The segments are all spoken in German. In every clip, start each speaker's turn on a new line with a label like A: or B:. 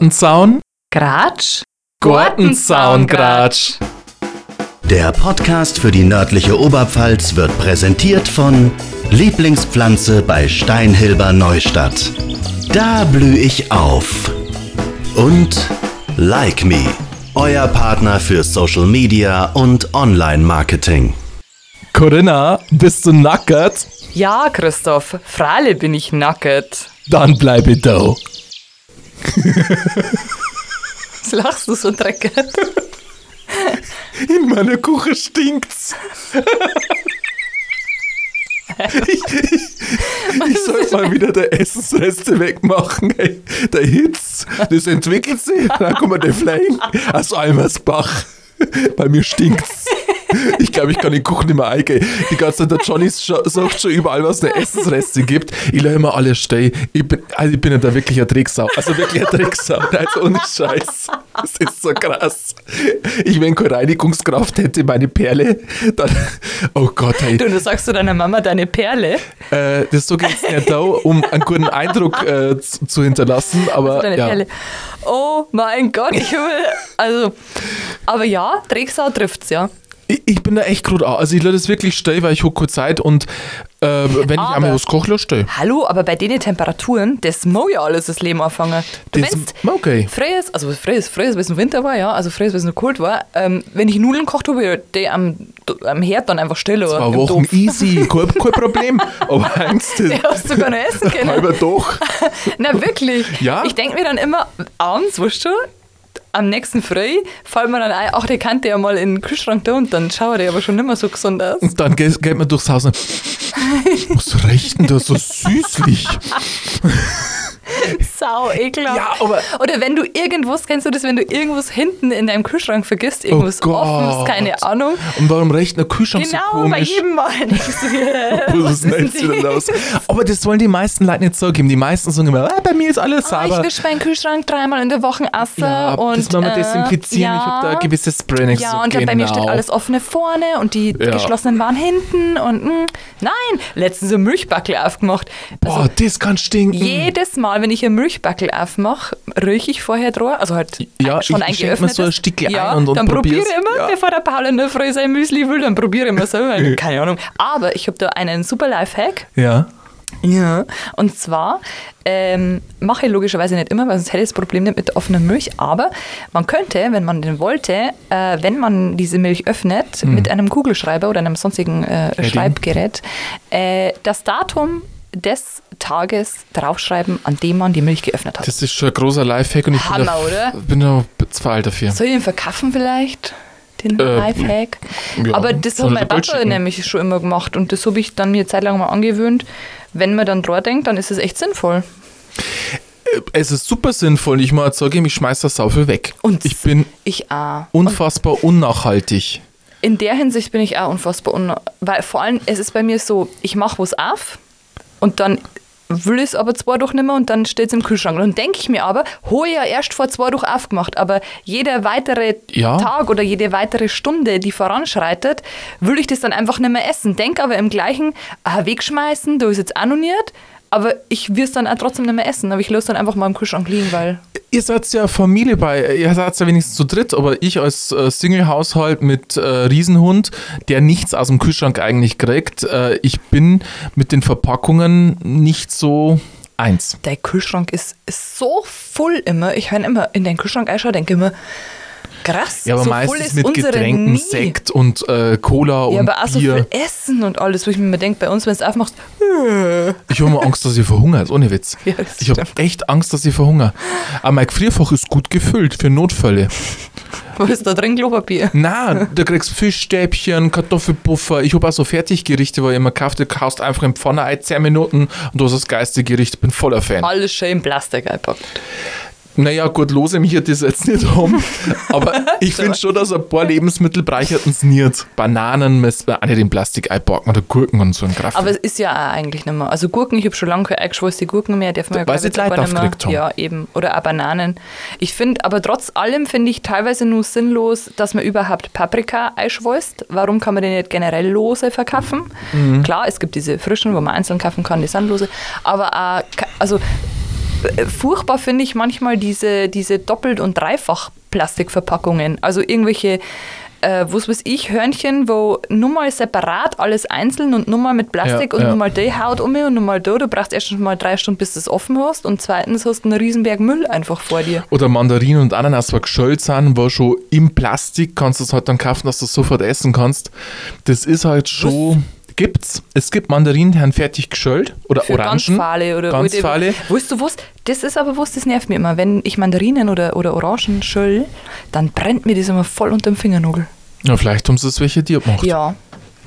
A: Gurtenzaun?
B: Gratsch?
A: Gurtenzaungratsch.
C: Der Podcast für die nördliche Oberpfalz wird präsentiert von Lieblingspflanze bei Steinhilber Neustadt. Da blühe ich auf. Und Like Me, euer Partner für Social Media und Online-Marketing.
A: Corinna, bist du nackert?
B: Ja, Christoph, Frale bin ich nackt.
A: Dann bleibe ich da.
B: Was lachst du so dreckig?
A: In meiner Küche stinkt's. ich ich sollte mal wieder der Essensreste wegmachen. Ey. Der Hitz, das entwickelt sich. Dann kommt der Flying aus Eimersbach. Bei mir stinkt's. Ich glaube, ich kann in den Kuchen nicht mehr eingehen. Die ganze Zeit, der Johnny scha- sucht schon überall, was es Essensreste gibt. Ich lasse immer alles stehen. Ich bin, also ich bin ja da wirklich ein Tricksau. Also wirklich ein Tricksau. Also ohne Scheiß. Das ist so krass. Ich, wenn keine Reinigungskraft hätte, meine Perle, dann. Oh Gott, hey.
B: Du, du sagst zu deiner Mama deine Perle.
A: Äh, das so geht's nicht da, um einen guten Eindruck äh, zu, zu hinterlassen. Aber
B: Deine
A: ja.
B: Perle. Oh mein Gott, ich will. Also. Aber ja, Drecksau trifft's, ja.
A: Ich, ich bin da echt gut auch. Also ich lasse das wirklich stehen, weil ich habe keine Zeit und äh, wenn ich
B: Aber-
A: einmal was koche, lasse ich stehen.
B: Hallo, aber bei den Temperaturen, das mau ja alles das Leben anfangen. Du
A: Das
B: meinst,
A: mag ich.
B: Freies, also freies, freies, weil es im Winter war, ja, also freies, weil es noch kalt war. Ähm, wenn ich Nudeln gekocht habe, hab ich die am, am Herd dann einfach still. oder
A: Zwei
B: im
A: Wochen
B: Topf.
A: easy, kein, kein Problem. Aber eins,
B: Die hast du gar nicht essen können.
A: halber doch.
B: Na wirklich?
A: Ja?
B: Ich denke mir dann immer, abends, weißt du, am nächsten Früh fällt mir dann ein, ach, der kannte ja mal in den Kühlschrank da und dann schaut er aber schon nicht mehr so gesund aus.
A: Und dann geht, geht man durchs Haus und was riecht denn da so süßlich?
B: Sau ekelhaft.
A: Ja, aber-
B: Oder wenn du irgendwas, kennst du das, wenn du irgendwas hinten in deinem Kühlschrank vergisst,
A: Oh
B: irgendwas
A: Gott.
B: offenes, keine Ahnung.
A: Und warum riecht ein Kühlschrank so
B: Genau,
A: komisch?
B: bei jedem Mal. denkst du dir,
A: Das
B: was
A: ist
B: ist denn
A: nicht wieder
B: die?
A: los. Aber das wollen die meisten Leute nicht zugeben. Die meisten sagen immer, ah, bei mir ist alles
B: Ah,
A: sauber.
B: ich wische meinen Kühlschrank dreimal in der Woche Asse
A: ja,
B: und.
A: das muss man
B: äh,
A: desinfizieren.
B: Ja.
A: Ich habe da gewisse Spray nicht
B: Ja,
A: so
B: und dann
A: genau.
B: bei mir steht alles offene vorne und die
A: Ja.
B: geschlossenen waren hinten und mh, nein, letztens ein Milchbackel aufgemacht. Also
A: Boah, hm. das kann stinken.
B: jedes Mal, wenn ich ein Milchbackel aufmache, rieche ich vorher dran, also halt
A: Ja,
B: schon
A: ich-
B: ein
A: ich schenk mir
B: geöffnetes.
A: so ein Stückchen
B: ja,
A: ein und- und
B: dann probiere ich
A: probier's.
B: immer,
A: Ja.
B: bevor der Paul in der Früh sein Müsli will, dann probiere ich immer selber. Keine Ahnung. Aber ich habe da einen super Lifehack.
A: ja.
B: Ja, und zwar ähm, mache ich logischerweise nicht immer, weil sonst hätte ich das Problem nicht mit der offenen Milch. Aber man könnte, wenn man denn wollte, äh, wenn man diese Milch öffnet,
A: Mhm.
B: mit einem Kugelschreiber oder einem sonstigen äh, Schreibgerät, äh, das Datum des Tages draufschreiben, an dem man die Milch geöffnet hat.
A: Das ist schon ein großer Lifehack und ich bin
B: Hammer,
A: da,
B: oder? Also
A: bin da zu alt dafür.
B: Soll ich den verkaufen vielleicht? Den
A: Äh,
B: Lifehack.
A: ja, Also
B: Aber das hat
A: soll
B: mein
A: er Gold
B: Papa
A: schicken.
B: nämlich schon immer gemacht und das habe ich dann mir zeitlang mal angewöhnt. Wenn man dann dran denkt, dann ist es echt sinnvoll.
A: Es ist super sinnvoll. Ich mal sage, ich schmeiß das Saufel weg.
B: Und
A: ich bin
B: Ich auch.
A: unfassbar unnachhaltig.
B: In der Hinsicht bin ich auch unfassbar un weil vor allem es ist bei mir so, ich mache was auf und dann will ich es aber zwei doch nicht mehr und dann steht es im Kühlschrank. Und dann denke ich mir aber, hol ja erst vor zwei doch aufgemacht, aber jeder weitere
A: Ja.
B: Tag oder jede weitere Stunde, die voranschreitet, will ich das dann einfach nicht mehr essen. Denke aber im gleichen, ah, wegschmeißen, da ist jetzt annoniert, aber ich will es dann auch trotzdem nicht mehr essen, aber ich löse dann einfach mal im Kühlschrank liegen, weil
A: Ihr seid ja Familie bei, ihr seid ja wenigstens zu dritt, aber ich als äh, Single-Haushalt mit äh, Riesenhund, der nichts aus dem Kühlschrank eigentlich kriegt, äh, ich bin mit den Verpackungen nicht so eins.
B: der Kühlschrank ist, ist so voll immer. Ich höre immer in den Kühlschrank einschauen, denke immer, krass,
A: Ja, aber
B: so voll
A: meistens
B: ist
A: mit
B: unsere
A: Getränken,
B: nie.
A: Sekt und äh, Cola
B: Ja,
A: und
B: aber auch so
A: Bier.
B: viel Essen und alles, wo ich mir immer denke, bei uns, wenn es aufmachst, äh,
A: Ich habe immer Angst, dass ich verhungere, ist ohne Witz.
B: Ja, das
A: ich habe echt Angst, dass ich verhungere. Aber mein Gefrierfach ist gut gefüllt für Notfälle.
B: wo ist da drin Klopapier?
A: Na, da kriegst Fischstäbchen, Kartoffelpuffer. Ich habe auch so Fertiggerichte, weil ich immer kaufe, du kaufst einfach im Pfanne ein, 10 Minuten und du hast das geilste Gericht. Bin voller Fan.
B: Alles schön in Plastik einpackt.
A: Naja, gut, lose mich jetzt das jetzt nicht um. aber ich finde schon, dass ein paar Lebensmittel bereichert uns nicht. Bananen müssen wir auch nicht in Plastik einpacken oder Gurken und so ein Kraft.
B: Aber es ist ja auch eigentlich nicht mehr. Also Gurken, ich habe schon lange keine eingeschwolzene Gurken mehr, darf man ja
A: Weil
B: glaub
A: sie
B: ich,
A: die Leute
B: aber nicht mehr.
A: aufgeregt haben.
B: Ja, eben. Oder auch Bananen. Ich finde, aber trotz allem finde ich teilweise nur sinnlos, dass man überhaupt Paprika einschwolzt. Warum kann man den nicht generell lose verkaufen?
A: Mhm.
B: Klar, es gibt diese frischen, wo man einzeln kaufen kann, die sind lose. Aber auch, ke- also äh, furchtbar finde ich manchmal diese, diese Doppelt- und Dreifach-Plastikverpackungen. Also irgendwelche, äh, was weiß ich, Hörnchen, wo nur mal separat alles einzeln und nur mal mit Plastik
A: Ja,
B: und
A: ja.
B: nur mal die Haut um mich und nur mal da. Du brauchst erstens mal drei Stunden, bis du es offen hast und zweitens hast du einen Riesenberg Müll einfach vor dir.
A: Oder Mandarinen und Ananas, was geschält sind, wo schon im Plastik kannst du es halt dann kaufen, dass du es sofort essen kannst. Das ist halt schon. Gibt's. Es gibt Mandarinen, die haben fertig geschält. Oder
B: Für
A: Orangen.
B: Ganzfahle oder
A: Ganzfahle.
B: Weißt du was? Das ist aber was, das nervt mir immer. Wenn ich Mandarinen oder, oder Orangen schüll, dann brennt mir das immer voll unter dem Fingernagel.
A: Ja, vielleicht haben sie es welche dir gemacht.
B: Ja,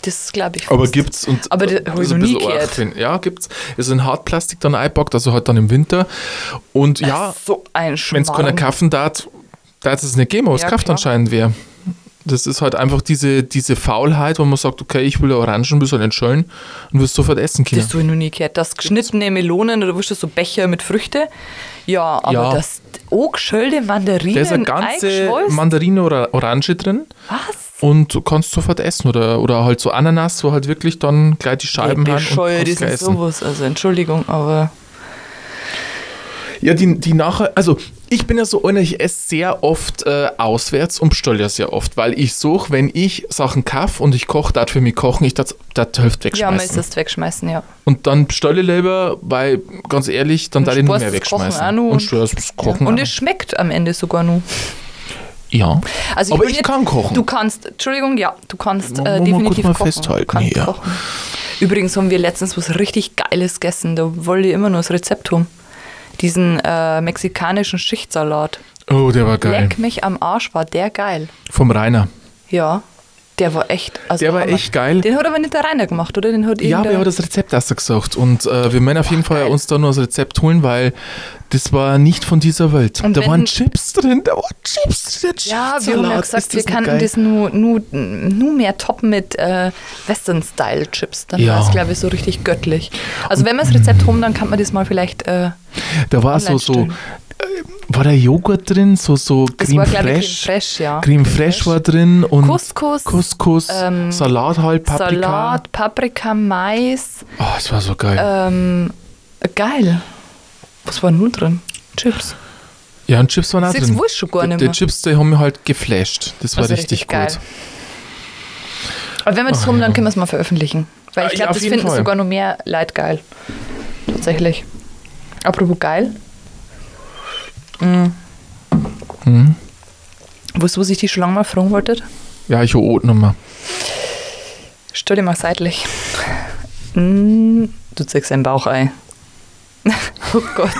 B: das glaube ich.
A: Aber
B: fast.
A: gibt's und
B: Aber das
A: äh,
B: habe ich
A: so ein
B: noch nie
A: bisschen arg
B: gehört.
A: finden. Ja, gibt's. Ist in Hartplastik dann einpackt, also halt dann im Winter. Und ja,
B: so ein
A: wenn es keiner kaufen darf, darf es nicht geben, aber es
B: Ja,
A: kauft
B: klar.
A: anscheinend wer. Das ist halt einfach diese, diese Faulheit, wo man sagt, okay, ich will Orangen, will so einen schönen und wirst sofort essen können.
B: Das habe ich noch nie gehört. Das geschnittene Melonen oder weißt du, so Becher mit Früchte. Ja, aber
A: Ja.
B: das angeschöllte Mandarinen.
A: Da ist eine ganze
B: eingeschwolzt?
A: Mandarine oder Orange drin
B: Was?
A: und du kannst sofort essen. Oder, oder halt so Ananas, wo halt wirklich dann gleich die Scheiben haben und
B: Bescheuert
A: kannst
B: ist
A: gleich
B: nicht
A: essen.
B: sowas. Also Entschuldigung, aber
A: Ja, die, die nachher, also ich bin ja so einer, ich esse sehr oft äh, auswärts und bestelle ja sehr oft, weil ich suche, wenn ich Sachen kaufe und ich koche, darf für mich kochen, ich darf das Hälfte
B: ja, man
A: wegschmeißen.
B: ist das wegschmeißen, ja.
A: und dann bestelle ich lieber, weil ganz ehrlich, dann darf ich nicht
B: sparst
A: mehr
B: das Kochen
A: wegschmeißen.
B: auch noch
A: und störst das Kochen.
B: ja.
A: auch
B: Und
A: noch.
B: es schmeckt am Ende sogar nur.
A: ja.
B: Also
A: Aber
B: bin
A: ich
B: jetzt-
A: kann kochen.
B: Du kannst, Entschuldigung, ja, du kannst
A: Wollen wir
B: äh,
A: mal
B: definitiv
A: kurz mal
B: kochen.
A: festhalten
B: du kannst
A: hier?
B: kochen. Übrigens haben wir letztens was richtig Geiles gegessen. Da wollte ich immer nur das Rezept haben. Diesen äh, mexikanischen Schichtsalat.
A: oh, der war geil.
B: Leck mich am Arsch, war der geil.
A: Vom Rainer.
B: Ja, der war echt. Also
A: Der war
B: Hammer.
A: echt geil.
B: Den hat aber nicht der Rainer gemacht, oder? Den hat
A: Ja, aber er
B: irgendein-
A: hat das Rezept erst gesagt. Und äh, wir müssen auf jeden Fall uns da nur das Rezept holen, weil das war nicht von dieser Welt.
B: Und
A: da
B: wenn-
A: waren Chips drin, da waren Chips drin.
B: Ja, wir haben
A: Chipsalat.
B: ja
A: Ist
B: gesagt, wir
A: das nicht
B: kannten
A: geil?
B: das nur, nur, nur mehr toppen mit äh, Western-Style-Chips. Dann
A: Ja.
B: war es, glaube ich, so richtig göttlich. Also wenn wir das Rezept haben, dann kann man das mal vielleicht... Äh,
A: Da war so,
B: online
A: so
B: stellen.
A: äh, war da Joghurt drin, so, so
B: Das
A: Creme
B: war, glaub ich, Creme
A: Fraiche.
B: Fraiche, ja.
A: Creme Fraiche war drin und
B: Couscous,
A: Couscous,
B: ähm,
A: Salat halt, Paprika.
B: Salat, Paprika, Mais.
A: Oh, das war so geil.
B: Ähm, geil. Was war denn nun drin? Chips.
A: ja, und Chips waren auch
B: das
A: drin.
B: wusste ich Äh, schon gar
A: Die-
B: nicht
A: Die
B: mehr.
A: Chips, die haben mich halt geflasht. Das war
B: Also
A: richtig,
B: richtig
A: gut.
B: geil. Aber wenn wir das
A: Ach,
B: haben, dann
A: ja.
B: können wir es mal veröffentlichen.
A: Ah,
B: Weil ich
A: ja,
B: glaube,
A: auf
B: das
A: jeden
B: finden
A: Fall.
B: sogar noch mehr Leute geil. Tatsächlich. Apropos geil.
A: Hm?
B: Mhm. Weißt du, was ich dich schon lange mal fragen wollte?
A: Ja, ich habe auch nochmal.
B: Stell dir mal seitlich. Mm, du zeigst dein Bauch ein. Oh Gott.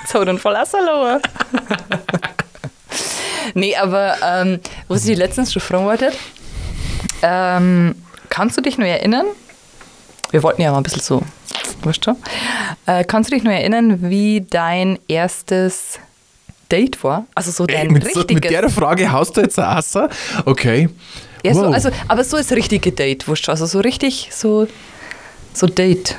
B: Jetzt hab ich den voll verlassen. Nee, aber ähm, was ich dich letztens schon fragen wollte, ähm, kannst du dich nur erinnern? Wir wollten ja mal ein bisschen so, weißt du? Äh, kannst du dich nur erinnern, wie dein erstes Date war? Also so dein
A: mit, so, mit
B: richtiges.
A: der Frage haust du jetzt ein Asser? Okay.
B: Ja, so,
A: Wow.
B: also, aber so ist richtige Date, wurscht. Also so richtig so, so Date.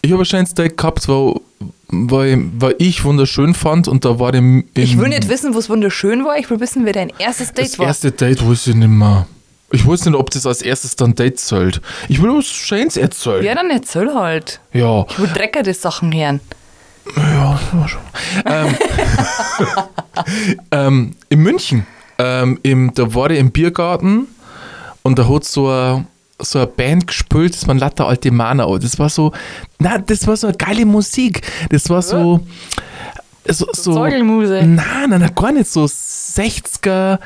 A: Ich habe ein schönes Date gehabt, wo, weil, weil ich wunderschön fand und da war im, im
B: Ich will nicht wissen, wo es wunderschön war. Ich will wissen, wer dein erstes Date
A: das
B: war.
A: erste Date wusste ich nicht mehr. Ich wusste nicht, ob das als erstes dann Date zählt. Ich will was Schönes erzählen.
B: Ja, dann erzähl halt.
A: ja.
B: Ich will Drecker die Sachen hören.
A: Ja, das war schon. Ähm, ähm, in München, ähm, im, da war ich im Biergarten und da hat so eine so eine Band gespielt, das waren Latte Alte Manau. Das war so, na, das war so eine geile Musik. Das war so, so, so
B: Zeugelmuse.
A: Nein, nein, nein, gar nicht so 60er,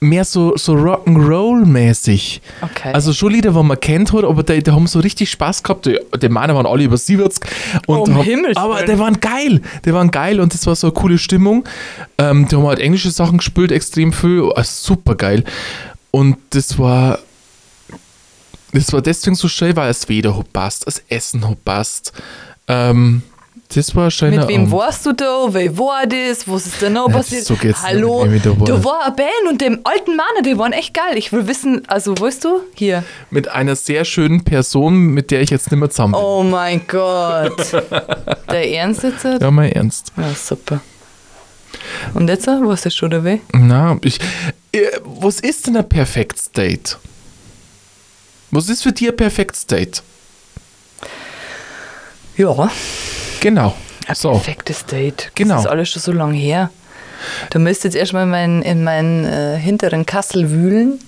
A: mehr so, so Rock'n'Roll-mäßig.
B: Okay.
A: Also schon Lieder, die man kennt hat, aber die, die haben so richtig Spaß gehabt. Die, die Männer waren alle über 70. Und
B: Oh, um
A: haben-
B: Himmels
A: aber
B: Willen.
A: die waren geil. Die waren geil und das war so eine coole Stimmung. Ähm, die haben halt englische Sachen gespielt, extrem viel. Ah, super geil. Und das war. Das war deswegen so schön, weil es weder passt, das Essen hat passt. Ähm, das war ein schöner
B: Mit wem
A: Abend.
B: warst du da? Wer war das? Was ist denn noch
A: Genau, Ja,
B: passiert?
A: so geht's nicht,
B: Hallo,
A: mit wem ich da war.
B: da war eine Band und dem alten Mann, die waren echt geil. Ich will wissen, also weißt du, hier.
A: mit einer sehr schönen Person, mit der ich jetzt nicht mehr zusammen bin.
B: Oh mein Gott. der Ernst jetzt? Ja.
A: Ja, mal ernst.
B: super. Und jetzt, was ist schon der Weh?
A: Na, ich. Äh, was ist denn ein perfektes Date? Was ist für dich ein perfektes Date?
B: Ja.
A: Genau.
B: Ein
A: So.
B: perfektes Date.
A: Genau.
B: Das ist alles schon so lange her. Du müsst jetzt erstmal in meinen, in meinen äh, hinteren Kassel wühlen.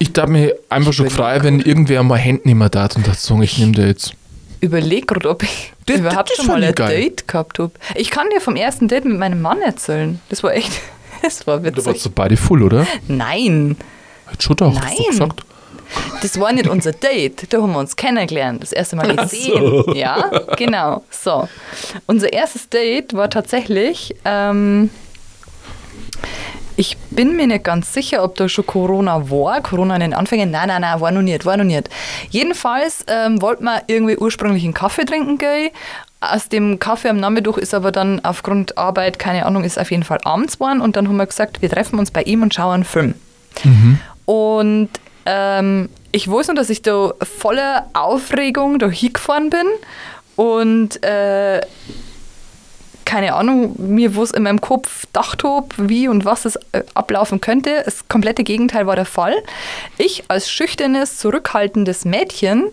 A: Ich darf mich einfach schon freuen, wenn irgendwer mal Hände nicht mehr da und das sagen, ich nehme dir jetzt.
B: Überleg grad, ob ich
A: Das-
B: überhaupt
A: das
B: schon
A: fand
B: mal
A: ich
B: ein
A: geil.
B: Date gehabt habe. Ich kann dir vom ersten Date mit meinem Mann erzählen. Das war echt, das war
A: Du warst
B: witzig.
A: so beide voll, oder?
B: Nein,
A: Hat schon doch
B: Nein.
A: gesagt.
B: das war nicht unser Date. Da haben wir uns kennengelernt, das erste Mal gesehen. Ja, genau. So, unser erstes Date war tatsächlich. Ähm, ich bin mir nicht ganz sicher, ob da schon Corona war. Corona in den Anfängen. Nein, nein, nein, war noch nicht, war noch nicht. Jedenfalls ähm, wollten wir irgendwie ursprünglich einen Kaffee trinken gehen. Aus dem Kaffee am Nachmittag ist aber dann aufgrund Arbeit, keine Ahnung, ist auf jeden Fall abends geworden. Und dann haben wir gesagt, wir treffen uns bei ihm und schauen einen Film. Und ähm, ich weiß nur, dass ich da voller Aufregung da hingefahren bin und äh, keine Ahnung, mir wo es in meinem Kopf dacht hab, wie und was es äh, ablaufen könnte. Das komplette Gegenteil war der Fall. Ich als schüchternes, zurückhaltendes Mädchen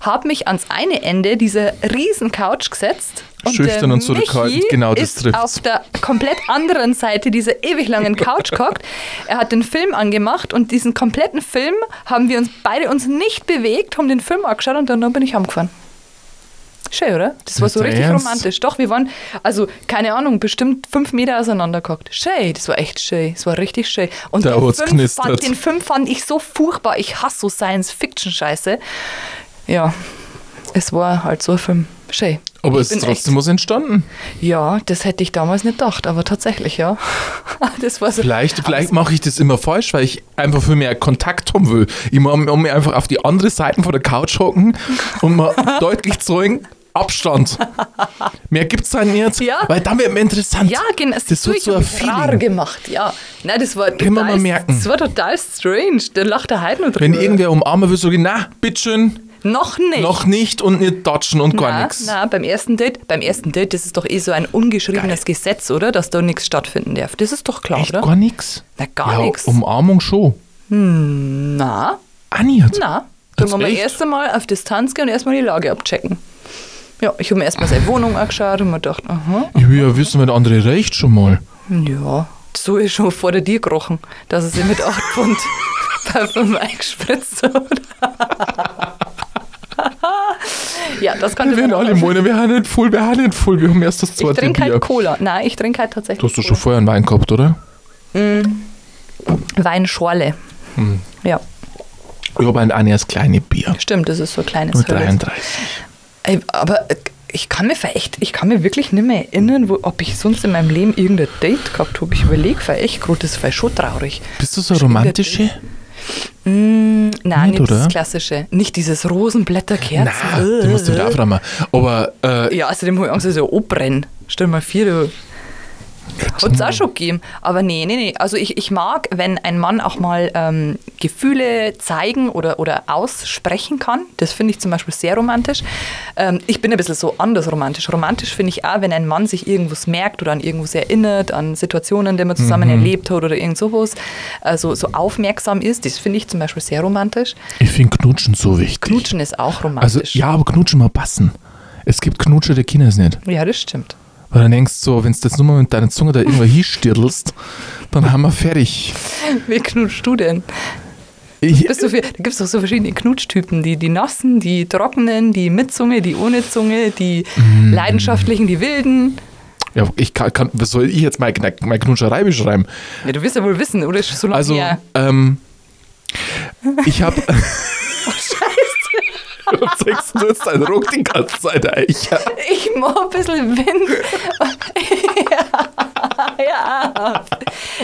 B: habe mich ans eine Ende dieser riesen Couch gesetzt.
A: Schüchtern
B: der
A: und zurückhaltend,
B: Michi
A: genau, das
B: ist
A: trifft's.
B: auf der komplett anderen Seite dieser ewig langen Couch gehockt. Er hat den Film angemacht und diesen kompletten Film haben wir uns beide uns nicht bewegt, haben den Film angeschaut und dann bin ich heimgefahren. Schön, oder? Das war
A: Nicht
B: so
A: dein
B: richtig
A: Ernst?
B: romantisch. Doch, wir waren, also keine Ahnung, bestimmt fünf Meter auseinander gehockt. Schön, das war echt schön. Das war richtig schön. Und
A: Da
B: den
A: hat's
B: Film
A: knistert.
B: Fand, den Film fand ich so furchtbar. Ich hasse so Science-Fiction-Scheiße. Ja, es war halt so ein Film. Schön.
A: Aber
B: Ich
A: es ist
B: bin echt-
A: trotzdem was entstanden.
B: ja, das hätte ich damals nicht gedacht, aber tatsächlich, ja. Das war so.
A: Vielleicht, vielleicht mache ich das immer falsch, weil ich einfach für mehr Kontakt haben will. Ich muss mir einfach auf die andere Seite von der Couch hocken und mal deutlich zeigen, Abstand. Mehr gibt es dann jetzt,
B: Ja.
A: weil dann wird mir interessant.
B: Ja, genau.
A: Das ist so,
B: ich
A: so
B: hab
A: ein
B: mich rar
A: Feeling.
B: gemacht, ja. Nein, das war
A: Können wir mal
B: total,
A: merken.
B: Das war total strange. Da lacht er heute noch drüber.
A: Wenn irgendwer umarmen will, sage ich, na, bitteschön,
B: noch nicht.
A: noch nicht und nicht touchen und gar
B: na,
A: nichts.
B: na, beim ersten Date, beim ersten Date, das ist doch eh so ein ungeschriebenes Gesetz, oder? Dass da nichts stattfinden darf. Das ist doch klar,
A: Echt
B: oder?
A: gar nichts?
B: Na, gar nichts.
A: Umarmung schon.
B: Na,
A: Aniert.
B: na. Dann
A: Jetzt
B: wollen wir
A: echt?
B: erst einmal auf Distanz gehen und erstmal die Lage abchecken. Ja, ich habe mir erstmal seine Wohnung angeschaut und mir gedacht, aha,
A: Ich will ja wissen, wenn der andere reicht schon mal.
B: Ja, so ist schon vor der Tür gerochen, dass er sie mit 8 Pfund Parfüm eingespritzt hat. ja, das kann
A: Wir werden alle meinen, wir haben nicht voll, wir haben nicht voll, wir haben erst das
B: Ich
A: zweite
B: trinke
A: Bier.
B: halt Cola. Nein, ich trinke halt tatsächlich
A: Du hast doch schon
B: Cola.
A: vorher einen Wein gehabt, oder?
B: Weinschorle.
A: Hm.
B: Ja,
A: Ich habe ein erst kleine Bier.
B: stimmt, das ist so ein kleines
A: Mit
B: Hölz.
A: 33.
B: Ey, Aber äh, ich kann mir ver- echt, ich kann mir wirklich nicht mehr erinnern, wo, ob ich sonst in meinem Leben irgendein Date gehabt habe. Ich überlege, echt gut, das war schon traurig. Hm,
A: Bist du so eine romantische?
B: Nein,
A: Nicht,
B: nicht, dieses
A: oder?
B: klassische. Nicht dieses Rosenblätterkerzen. Äh,
A: Na, du musst du wieder aufräumen. Aber äh,
B: Ja, außerdem habe ich Angst, dass ich anbrenne. Stell dir mal vor, du. Hat es auch schon gegeben. Aber nee, nee, nee. Also ich, ich mag, wenn ein Mann auch mal ähm, Gefühle zeigen oder, oder aussprechen kann. Das finde ich zum Beispiel sehr romantisch. Ähm, ich bin ein bisschen so anders romantisch. Romantisch finde ich auch, wenn ein Mann sich irgendwas merkt oder an irgendwas erinnert, an Situationen, die man zusammen
A: Mhm.
B: erlebt hat oder irgend sowas. Also so aufmerksam ist. Das finde ich zum Beispiel sehr romantisch.
A: ich finde Knutschen so wichtig.
B: Knutschen ist auch romantisch.
A: Also, ja, aber Knutschen mal passen. Es gibt Knutsche, der Kinder es nicht.
B: ja, das stimmt.
A: Weil dann denkst du, wenn du jetzt nur mal mit deiner Zunge da irgendwo hinstirdelst, dann haben wir fertig.
B: Wie knutschst du denn?
A: Ich,
B: Bist du viel, da gibt es doch so verschiedene Knutschtypen, die, die nassen, die trockenen, die mit Zunge, die ohne Zunge, die
A: Mm.
B: leidenschaftlichen, die wilden.
A: ja, ich kann, kann, was soll ich jetzt meine, meine Knutscherei beschreiben?
B: Ja, du wirst ja wohl wissen, oder? Ist schon So lange
A: Also,
B: her.
A: ähm, ich Um habe.
B: Oh,
A: Warum zeigst du jetzt deinen Ruck die ganze Zeit eigentlich?
B: Ich mache ein bisschen Wind. ja, ja.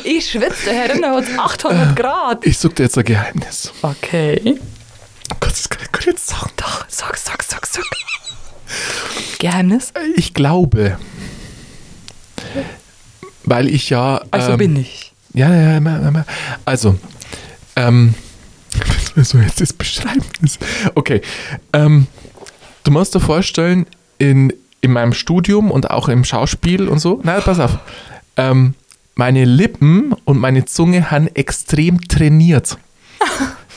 B: Ich schwitze, Herr Rinner hat 800 Grad.
A: Ich such dir jetzt ein Geheimnis.
B: Okay.
A: Oh Gott, das kann ich gar nicht sagen.
B: Doch, sag, sag, sag, sag. Geheimnis?
A: Ich glaube, weil ich ja.
B: Also
A: ähm,
B: bin ich.
A: Ja, ja, ja. immer, immer. Also, ähm, wie soll ich jetzt das beschreiben? Das- Okay, ähm, du musst dir vorstellen, in, in meinem Studium und auch im Schauspiel und so, na, pass auf, ähm, meine Lippen und meine Zunge haben extrem trainiert.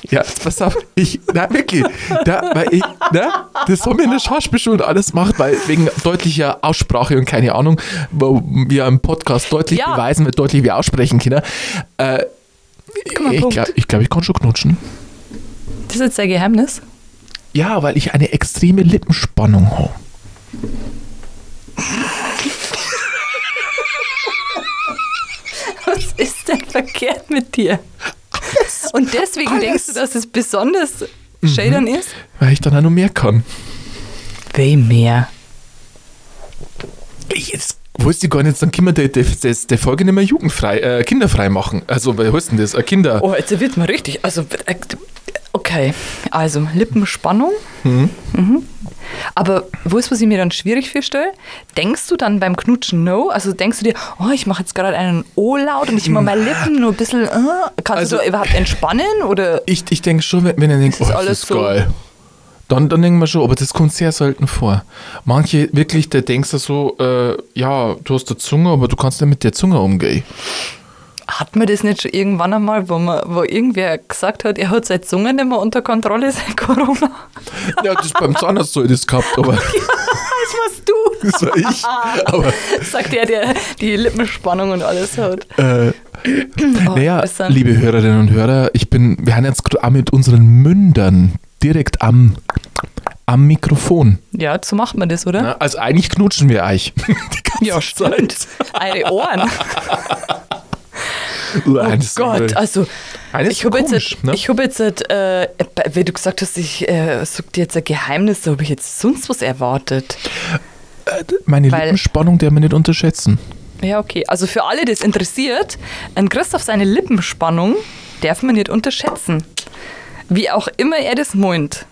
A: Ja, jetzt pass auf, ich, na wirklich, da, weil ich, na, das haben wir in der Schauspielschule und alles gemacht, weil wegen deutlicher Aussprache und keine Ahnung, wo wir im Podcast deutlich
B: Ja.
A: beweisen, wir deutlich wie aussprechen können. Äh,
B: Guck mal,
A: ich
B: Punkt.
A: glaube, ich, glaub, ich kann schon knutschen.
B: Das ist jetzt ein Geheimnis.
A: Ja, weil ich eine extreme Lippenspannung habe.
B: Was ist denn verkehrt mit dir? Und deswegen
A: alles.
B: denkst du, dass es besonders Shadern ist?
A: Weil ich dann auch noch mehr kann.
B: Mhm. Weh mehr.
A: Ich Jetzt wusste ich gar nicht, dann können wir die, die, die, die Folge nicht mehr jugendfrei, äh, kinderfrei machen. Also, wer heißt denn das? Äh, Kinder.
B: Oh, jetzt wird mal richtig. Also, äh, okay. Also, Lippenspannung. Mhm. Aber weißt du, was ich mir dann schwierig vorstelle? Denkst du dann beim Knutschen No? Also denkst du dir, oh, ich mache jetzt gerade einen O-Laut und ich mache meine Lippen nur ein bisschen. Äh, kannst
A: Also-
B: du da überhaupt entspannen? Oder
A: Ich, ich denke schon, wenn, wenn ich denke,
B: Das
A: oh,
B: ist
A: das
B: alles
A: ist
B: so-
A: geil. Dann, dann denken wir schon, aber das kommt sehr selten vor. Manche wirklich, da denkst du so, äh, ja, du hast eine Zunge, aber du kannst nicht mit der Zunge umgehen.
B: hat man das nicht schon irgendwann einmal, wo, man, wo irgendwer gesagt hat, er hat seine Zunge nicht mehr unter Kontrolle seit Corona?
A: Ja, das beim Zahnarzt so das gehabt, aber
B: Das warst du,
A: das war ich. Aber
B: sagt der, der die Lippenspannung und alles hat.
A: Äh,
B: Oh,
A: naja,
B: ist er-
A: liebe Hörerinnen und Hörer, ich bin, wir haben jetzt gerade auch mit unseren Mündern direkt am, am Mikrofon.
B: Ja, so macht man das, oder?
A: Ja, also eigentlich knutschen wir euch.
B: Ja, stimmt. Eure Ohren. Oh Gott, also
A: Eines
B: ich habe jetzt,
A: komisch, ne?
B: ich hab jetzt äh, wie du gesagt hast, ich äh, such dir jetzt ein Geheimnis, da habe ich jetzt sonst was erwartet.
A: Meine
B: weil-
A: Lippenspannung, der wir nicht unterschätzen.
B: Ja, okay. Also für alle, das interessiert, an Christoph seine Lippenspannung darf man nicht unterschätzen. Wie auch immer er das meint.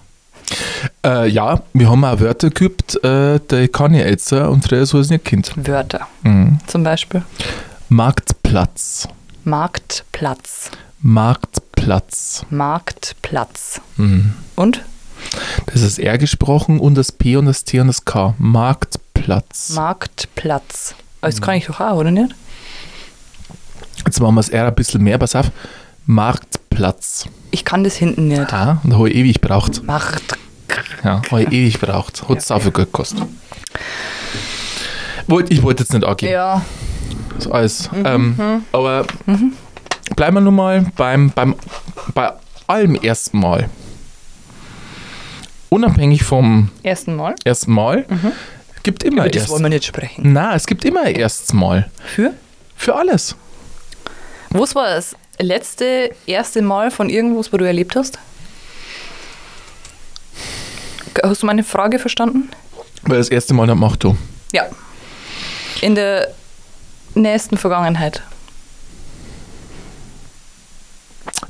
A: Äh, ja, wir haben auch Wörter geübt, äh, die kann ich jetzt, äh, und der so ist nicht Kind.
B: Wörter
A: Mhm.
B: zum Beispiel.
A: Marktplatz.
B: Marktplatz.
A: Marktplatz.
B: Marktplatz. Und?
A: Das ist R gesprochen und das P und das T und das K. Marktplatz.
B: Marktplatz. Aber Das kann ich doch auch, oder nicht?
A: Jetzt machen wir das R ein bisschen mehr, pass auf. Marktplatz.
B: Ich kann das hinten nicht.
A: Ah, und da habe ich ewig gebraucht.
B: Macht.
A: Ja, habe ich ewig gebraucht. Hat es auch viel Geld gekostet. Wollt, ich wollte jetzt nicht angehen.
B: Ja.
A: Das ist alles. Ähm, aber bleiben wir nun mal beim, beim, bei allem ersten Mal. Unabhängig vom
B: Ersten Mal.
A: ersten Mal gibt immer
B: Über das
A: erst.
B: wollen wir nicht sprechen.
A: Na, es gibt immer erstes Mal.
B: Für?
A: Für alles.
B: Was war das letzte, erste Mal von irgendwas, wo du erlebt hast? Hast du meine Frage verstanden?
A: Weil das erste Mal, dann mach du.
B: Ja. In der nächsten Vergangenheit.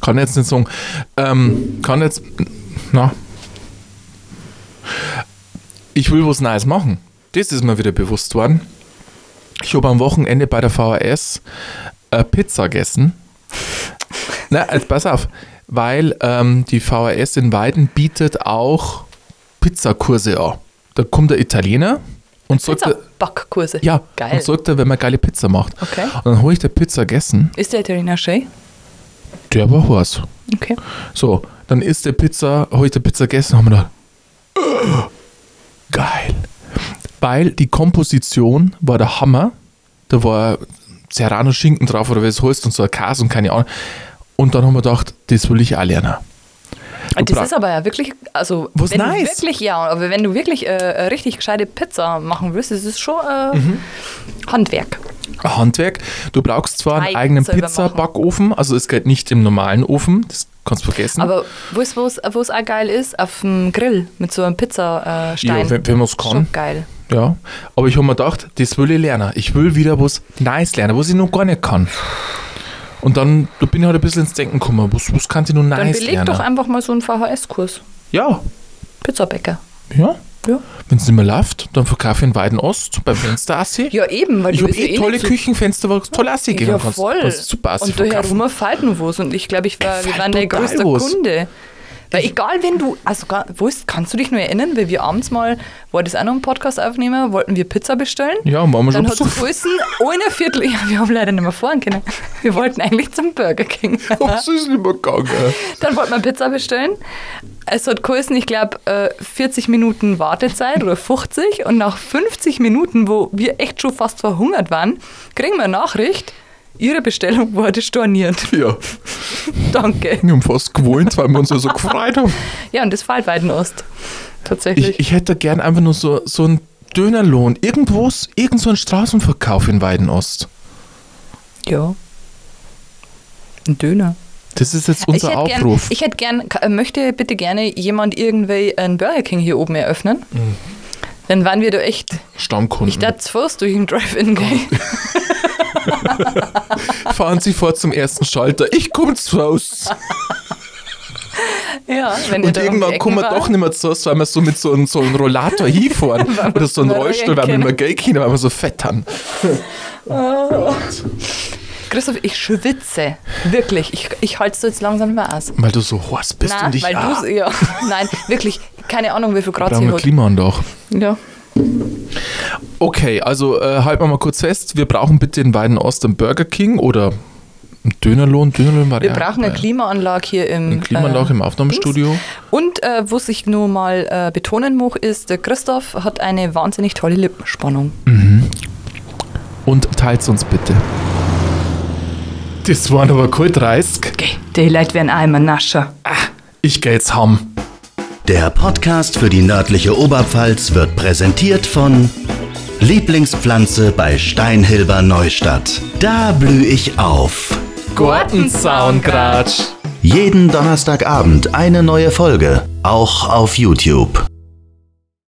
A: Kann jetzt nicht sagen. Ähm, kann jetzt. Na. Ich will was Neues machen. Das ist mir wieder bewusst worden. Ich habe am Wochenende bei der VHS äh, Pizza gegessen. Na, jetzt pass auf. Weil ähm, die VHS in Weiden bietet auch Pizzakurse an. Da kommt der Italiener und sagt,
B: Pizza
A: er-
B: Backkurse.
A: ja,
B: Geil.
A: und sagt, er, wenn man geile Pizza macht.
B: Okay.
A: Und dann habe ich der Pizza gegessen.
B: Ist der Eterina Shea?
A: Der war heiß.
B: Okay.
A: So, dann isst der Pizza, habe ich der Pizza gegessen, haben wir gedacht, "Ugh, geil. Weil die Komposition war der Hammer. Da war Serrano-Schinken drauf oder was heißt und so ein Käse und keine Ahnung. Und dann haben wir gedacht, das will ich auch lernen.
B: Und
A: bra-
B: das ist aber ja wirklich, also
A: Was
B: wenn du
A: nice.
B: wirklich, ja, aber wenn du wirklich äh, eine richtig gescheite Pizza machen willst, ist es schon äh,
A: Mhm.
B: Handwerk.
A: Handwerk. Du brauchst zwar einen
B: Teig
A: eigenen
B: selber
A: Pizzabackofen, also es geht nicht im normalen Ofen, das kannst du vergessen.
B: Aber wo es auch geil ist, auf dem Grill mit so einem Pizzastein. Äh, Stein.
A: ja, wenn, wenn man es kann.
B: Schon geil.
A: Ja, aber ich habe mir gedacht, das will ich lernen. Ich will wieder was Nice lernen, was ich noch gar nicht kann. Und dann da bin ich halt ein bisschen ins Denken gekommen, was, was kann ich noch
B: Dann
A: Nice
B: beleg
A: lernen?
B: doch einfach mal so einen VHS-Kurs.
A: ja,
B: Pizzabäcker.
A: ja.
B: Ja.
A: Wenn es nicht mehr läuft, dann verkaufe ich in Weiden Ost beim Fenster Assi.
B: ja, eben, weil
A: ich
B: du
A: habe
B: bist
A: eh
B: ja
A: tolle
B: nicht so-
A: Küchenfenster, wo du toll Assi gehen
B: Ja,
A: kannst.
B: voll.
A: Kannst super Assi
B: und daher
A: verkaufen.
B: rummer falten was. Und ich glaube, ich war,
A: Ich
B: wir
A: fall
B: waren der
A: total
B: größte
A: was.
B: Kunde. Weil egal, wenn du, also gar- weißt, kannst du dich nur erinnern, weil wir abends mal, wolltest auch noch einen Podcast aufnehmen, wollten wir Pizza bestellen.
A: Ja, und waren wir schon
B: Dann hat es
A: besoffen.
B: geheißen, ohne Viertel, ja, wir haben leider nicht mehr fahren können. Wir wollten eigentlich zum Burger King.
A: Was ist nicht mehr gegangen?
B: Dann wollten wir Pizza bestellen. Es hat geheißen, ich glaube, 40 Minuten Wartezeit oder 50. Und nach 50 Minuten, wo wir echt schon fast verhungert waren, kriegen wir eine Nachricht, Ihre Bestellung wurde storniert.
A: Ja,
B: Danke.
A: wir haben fast gewohnt, weil wir uns ja so gefreut haben.
B: Ja, und das fällt Weidenost. Tatsächlich.
A: Ich, ich hätte gern einfach nur so, so einen Dönerlohn. Irgendwo, irgend so einen Straßenverkauf in Weidenost.
B: ja. Ein Döner.
A: Das ist jetzt unser
B: ich hätte
A: Aufruf.
B: Gern, ich hätte gern, k- äh, möchte bitte gerne jemand irgendwie einen Burger King hier oben eröffnen.
A: Mhm.
B: Dann waren wir da echt,
A: Stammkunden.
B: ich dachte zuerst durch den Drive-In gehen.
A: Fahren Sie vor zum ersten Schalter. Ich komme zu Hause.
B: Ja, wenn ihr
A: Und
B: da um die
A: irgendwann
B: Ecken
A: kommen wir
B: wart.
A: doch nicht mehr zu Hause, weil wir so mit so einem, so einem Rollator hinfahren. Oder so einem
B: nicht mehr
A: Rollstuhl, weil wir
B: rennen
A: nicht mehr Geld können, weil wir so fett haben.
B: Christoph, ich schwitze. Wirklich. Ich, ich halte es jetzt langsam nicht mehr aus.
A: Weil du so heiß bist
B: Nein,
A: und ich
B: weil
A: ah,
B: du ja. Nein, wirklich. Keine Ahnung, wie viel Grad
A: brauchen
B: sie
A: wir
B: hat.
A: Klima doch.
B: Ja.
A: Okay, also äh, halten wir mal kurz fest. Wir brauchen bitte in Weiden-Ost einen Burger King oder einen Dönerlohn. Dönerlohn war
B: Wir brauchen eine Klimaanlage hier im,
A: Eine Klimaanlage im Aufnahmestudio.
B: Dings. Und äh, was ich nur mal äh, betonen muss, ist, der Christoph hat eine wahnsinnig tolle Lippenspannung.
A: Und teilt uns bitte. Das waren aber cool 30.
B: Okay, die Leute werden einmal nascher.
A: Ich geh jetzt heim.
C: Der Podcast für die nördliche Oberpfalz wird präsentiert von Lieblingspflanze bei Steinhilber Neustadt. Da blühe ich auf.
B: Gartenzaungratsch.
C: Jeden Donnerstagabend eine neue Folge, auch auf YouTube.